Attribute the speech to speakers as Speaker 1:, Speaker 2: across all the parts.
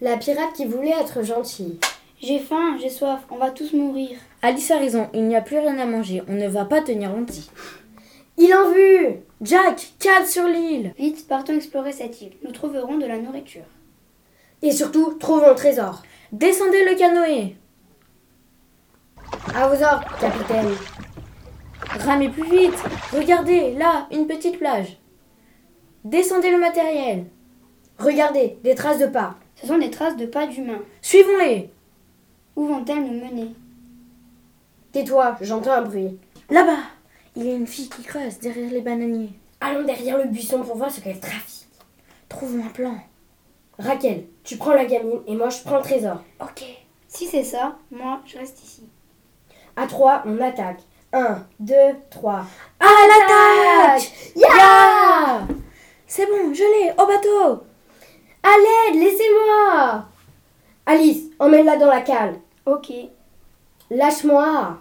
Speaker 1: la pirate qui voulait être gentille.
Speaker 2: J'ai faim, j'ai soif, on va tous mourir.
Speaker 3: Alice a raison, il n'y a plus rien à manger, on ne va pas tenir longtemps.
Speaker 1: Il en vue Jack, cale sur l'île
Speaker 2: Vite, partons explorer cette île. Nous trouverons de la nourriture.
Speaker 1: Et surtout, trouvons le trésor.
Speaker 3: Descendez le canoë
Speaker 1: À vos ordres, capitaine.
Speaker 3: Ramez plus vite Regardez, là, une petite plage. Descendez le matériel
Speaker 1: Regardez, des traces de pas.
Speaker 2: Ce sont des traces de pas d'humains.
Speaker 3: Suivons-les
Speaker 2: Où vont-elles nous mener
Speaker 1: Tais-toi, j'entends un bruit.
Speaker 3: Là-bas Il y a une fille qui creuse derrière les bananiers.
Speaker 1: Allons derrière le buisson pour voir ce qu'elle trafique.
Speaker 3: Trouvons un plan.
Speaker 1: Raquel, tu prends la gamine et moi je prends le trésor.
Speaker 2: Ok. Si c'est ça, moi, je reste ici.
Speaker 1: À trois, on attaque. Un, deux, trois.
Speaker 3: À l'attaque Ya C'est bon, je l'ai, au bateau
Speaker 1: À l'aide, laissez-moi Alice, emmène-la dans la cale.
Speaker 2: Ok.
Speaker 1: Lâche-moi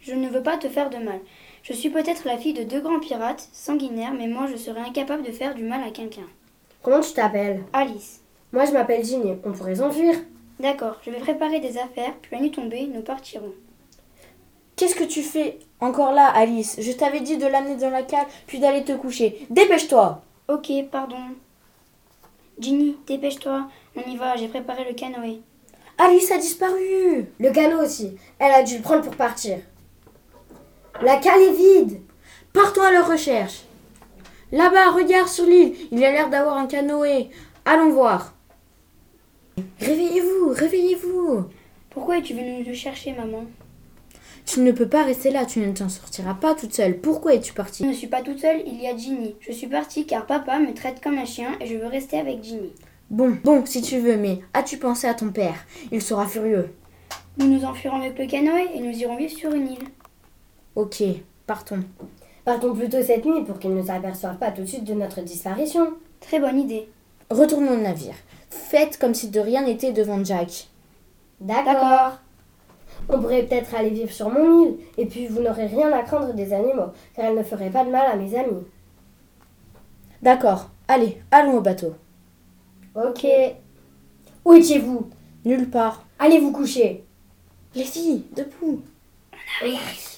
Speaker 2: Je ne veux pas te faire de mal. Je suis peut-être la fille de deux grands pirates, sanguinaires, mais moi, je serais incapable de faire du mal à quelqu'un.
Speaker 1: Comment tu t'appelles
Speaker 2: Alice.
Speaker 1: Moi je m'appelle Ginny, on pourrait s'enfuir.
Speaker 2: D'accord, je vais préparer des affaires, puis la nuit tombée, nous partirons.
Speaker 3: Qu'est-ce que tu fais Encore là, Alice, je t'avais dit de l'amener dans la cale, puis d'aller te coucher. Dépêche-toi
Speaker 2: Ok, pardon. Ginny, dépêche-toi. On y va, j'ai préparé le canoë.
Speaker 3: Alice a disparu
Speaker 1: Le canot aussi, elle a dû le prendre pour partir. La cale est vide
Speaker 3: Partons à leur recherche. Là-bas, regarde sur l'île, il y a l'air d'avoir un canoë. Allons voir. Réveillez-vous, réveillez-vous.
Speaker 2: Pourquoi es-tu venue nous chercher, maman
Speaker 3: Tu ne peux pas rester là, tu ne t'en sortiras pas toute seule. Pourquoi es-tu
Speaker 2: Je
Speaker 3: partie
Speaker 2: ne suis pas toute seule, il y a Ginny. Je suis partie car papa me traite comme un chien et je veux rester avec Ginny.
Speaker 3: Bon, bon, si tu veux, mais as-tu pensé à ton père Il sera furieux.
Speaker 2: Nous nous enfuirons avec le canoë et nous irons vivre sur une île.
Speaker 3: Ok, partons.
Speaker 1: Partons plutôt cette nuit pour qu'ils ne s'aperçoivent pas tout de suite de notre disparition.
Speaker 2: Très bonne idée.
Speaker 3: Retournons au navire. Faites comme si de rien n'était devant Jack.
Speaker 1: D'accord. On pourrait peut-être aller vivre sur mon île, et puis vous n'aurez rien à craindre des animaux, car elles ne feraient pas de mal à mes amis.
Speaker 3: D'accord, allez, allons au bateau.
Speaker 1: Ok. Où étiez-vous
Speaker 3: Nulle part.
Speaker 1: Allez vous coucher.
Speaker 3: Les filles, debout.
Speaker 1: On arrive.